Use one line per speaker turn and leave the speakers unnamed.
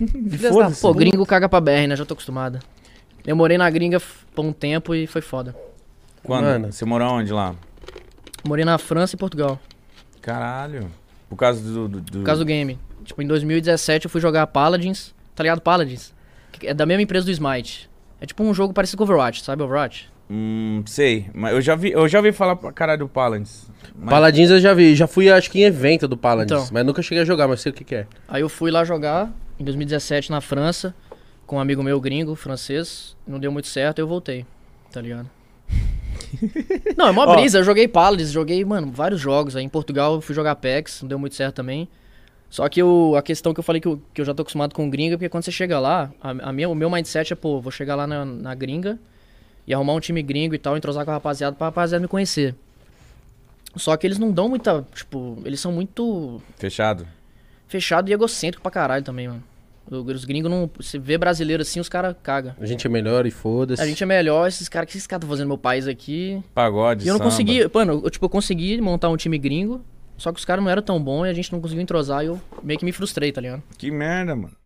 E
Filhas da-
foda-se.
Pô, gringo caga pra BR, né? Já tô acostumada. Eu morei na gringa f- por um tempo e foi foda.
Quando?
Mano.
Você morou onde lá?
Morei na França e Portugal,
Caralho. Por causa do. do, do...
por causa do game. Tipo, em 2017 eu fui jogar Paladins, tá ligado? Paladins. Que É da mesma empresa do Smite. É tipo um jogo parecido com Overwatch, sabe Overwatch?
Hum, sei. Mas eu já vi, eu já ouvi falar pra caralho do Paladins. Mas-
Paladins eu já vi, já fui acho que em evento do Paladins,
Então.
mas nunca cheguei a jogar, mas sei o que, que é.
Aí eu fui lá jogar em 2017 na França, com um amigo meu gringo, francês. Não deu muito certo, eu voltei, tá ligado? não, é mó
Ó.
brisa. Eu joguei Paladins, joguei, mano, vários jogos. Aí em Portugal eu fui jogar PEX, não deu muito certo também. Só que eu, a questão que eu falei que eu, que eu já tô acostumado com gringa, é porque quando você chega lá, a, a minha, o meu mindset é, pô, vou chegar lá na, na gringa e arrumar um time gringo e tal, entrosar com a rapaziada pra rapaziada me conhecer. Só que eles não dão muita, tipo, eles são muito
Fechado?
fechado e egocêntrico pra caralho também, mano. O- Os gringos não. Você vê brasileiro assim, os caras cagam.
A gente é melhor e foda-se.
A gente é melhor, esses caras, o que esses caras estão fazendo no meu país aqui?
Pagode.
E eu não
samba.
consegui, mano, eu, tipo, eu consegui montar um time gringo, só que os caras não eram tão bons e a gente não conseguiu entrosar e eu meio que me frustrei, tá ligado?
Que merda, mano.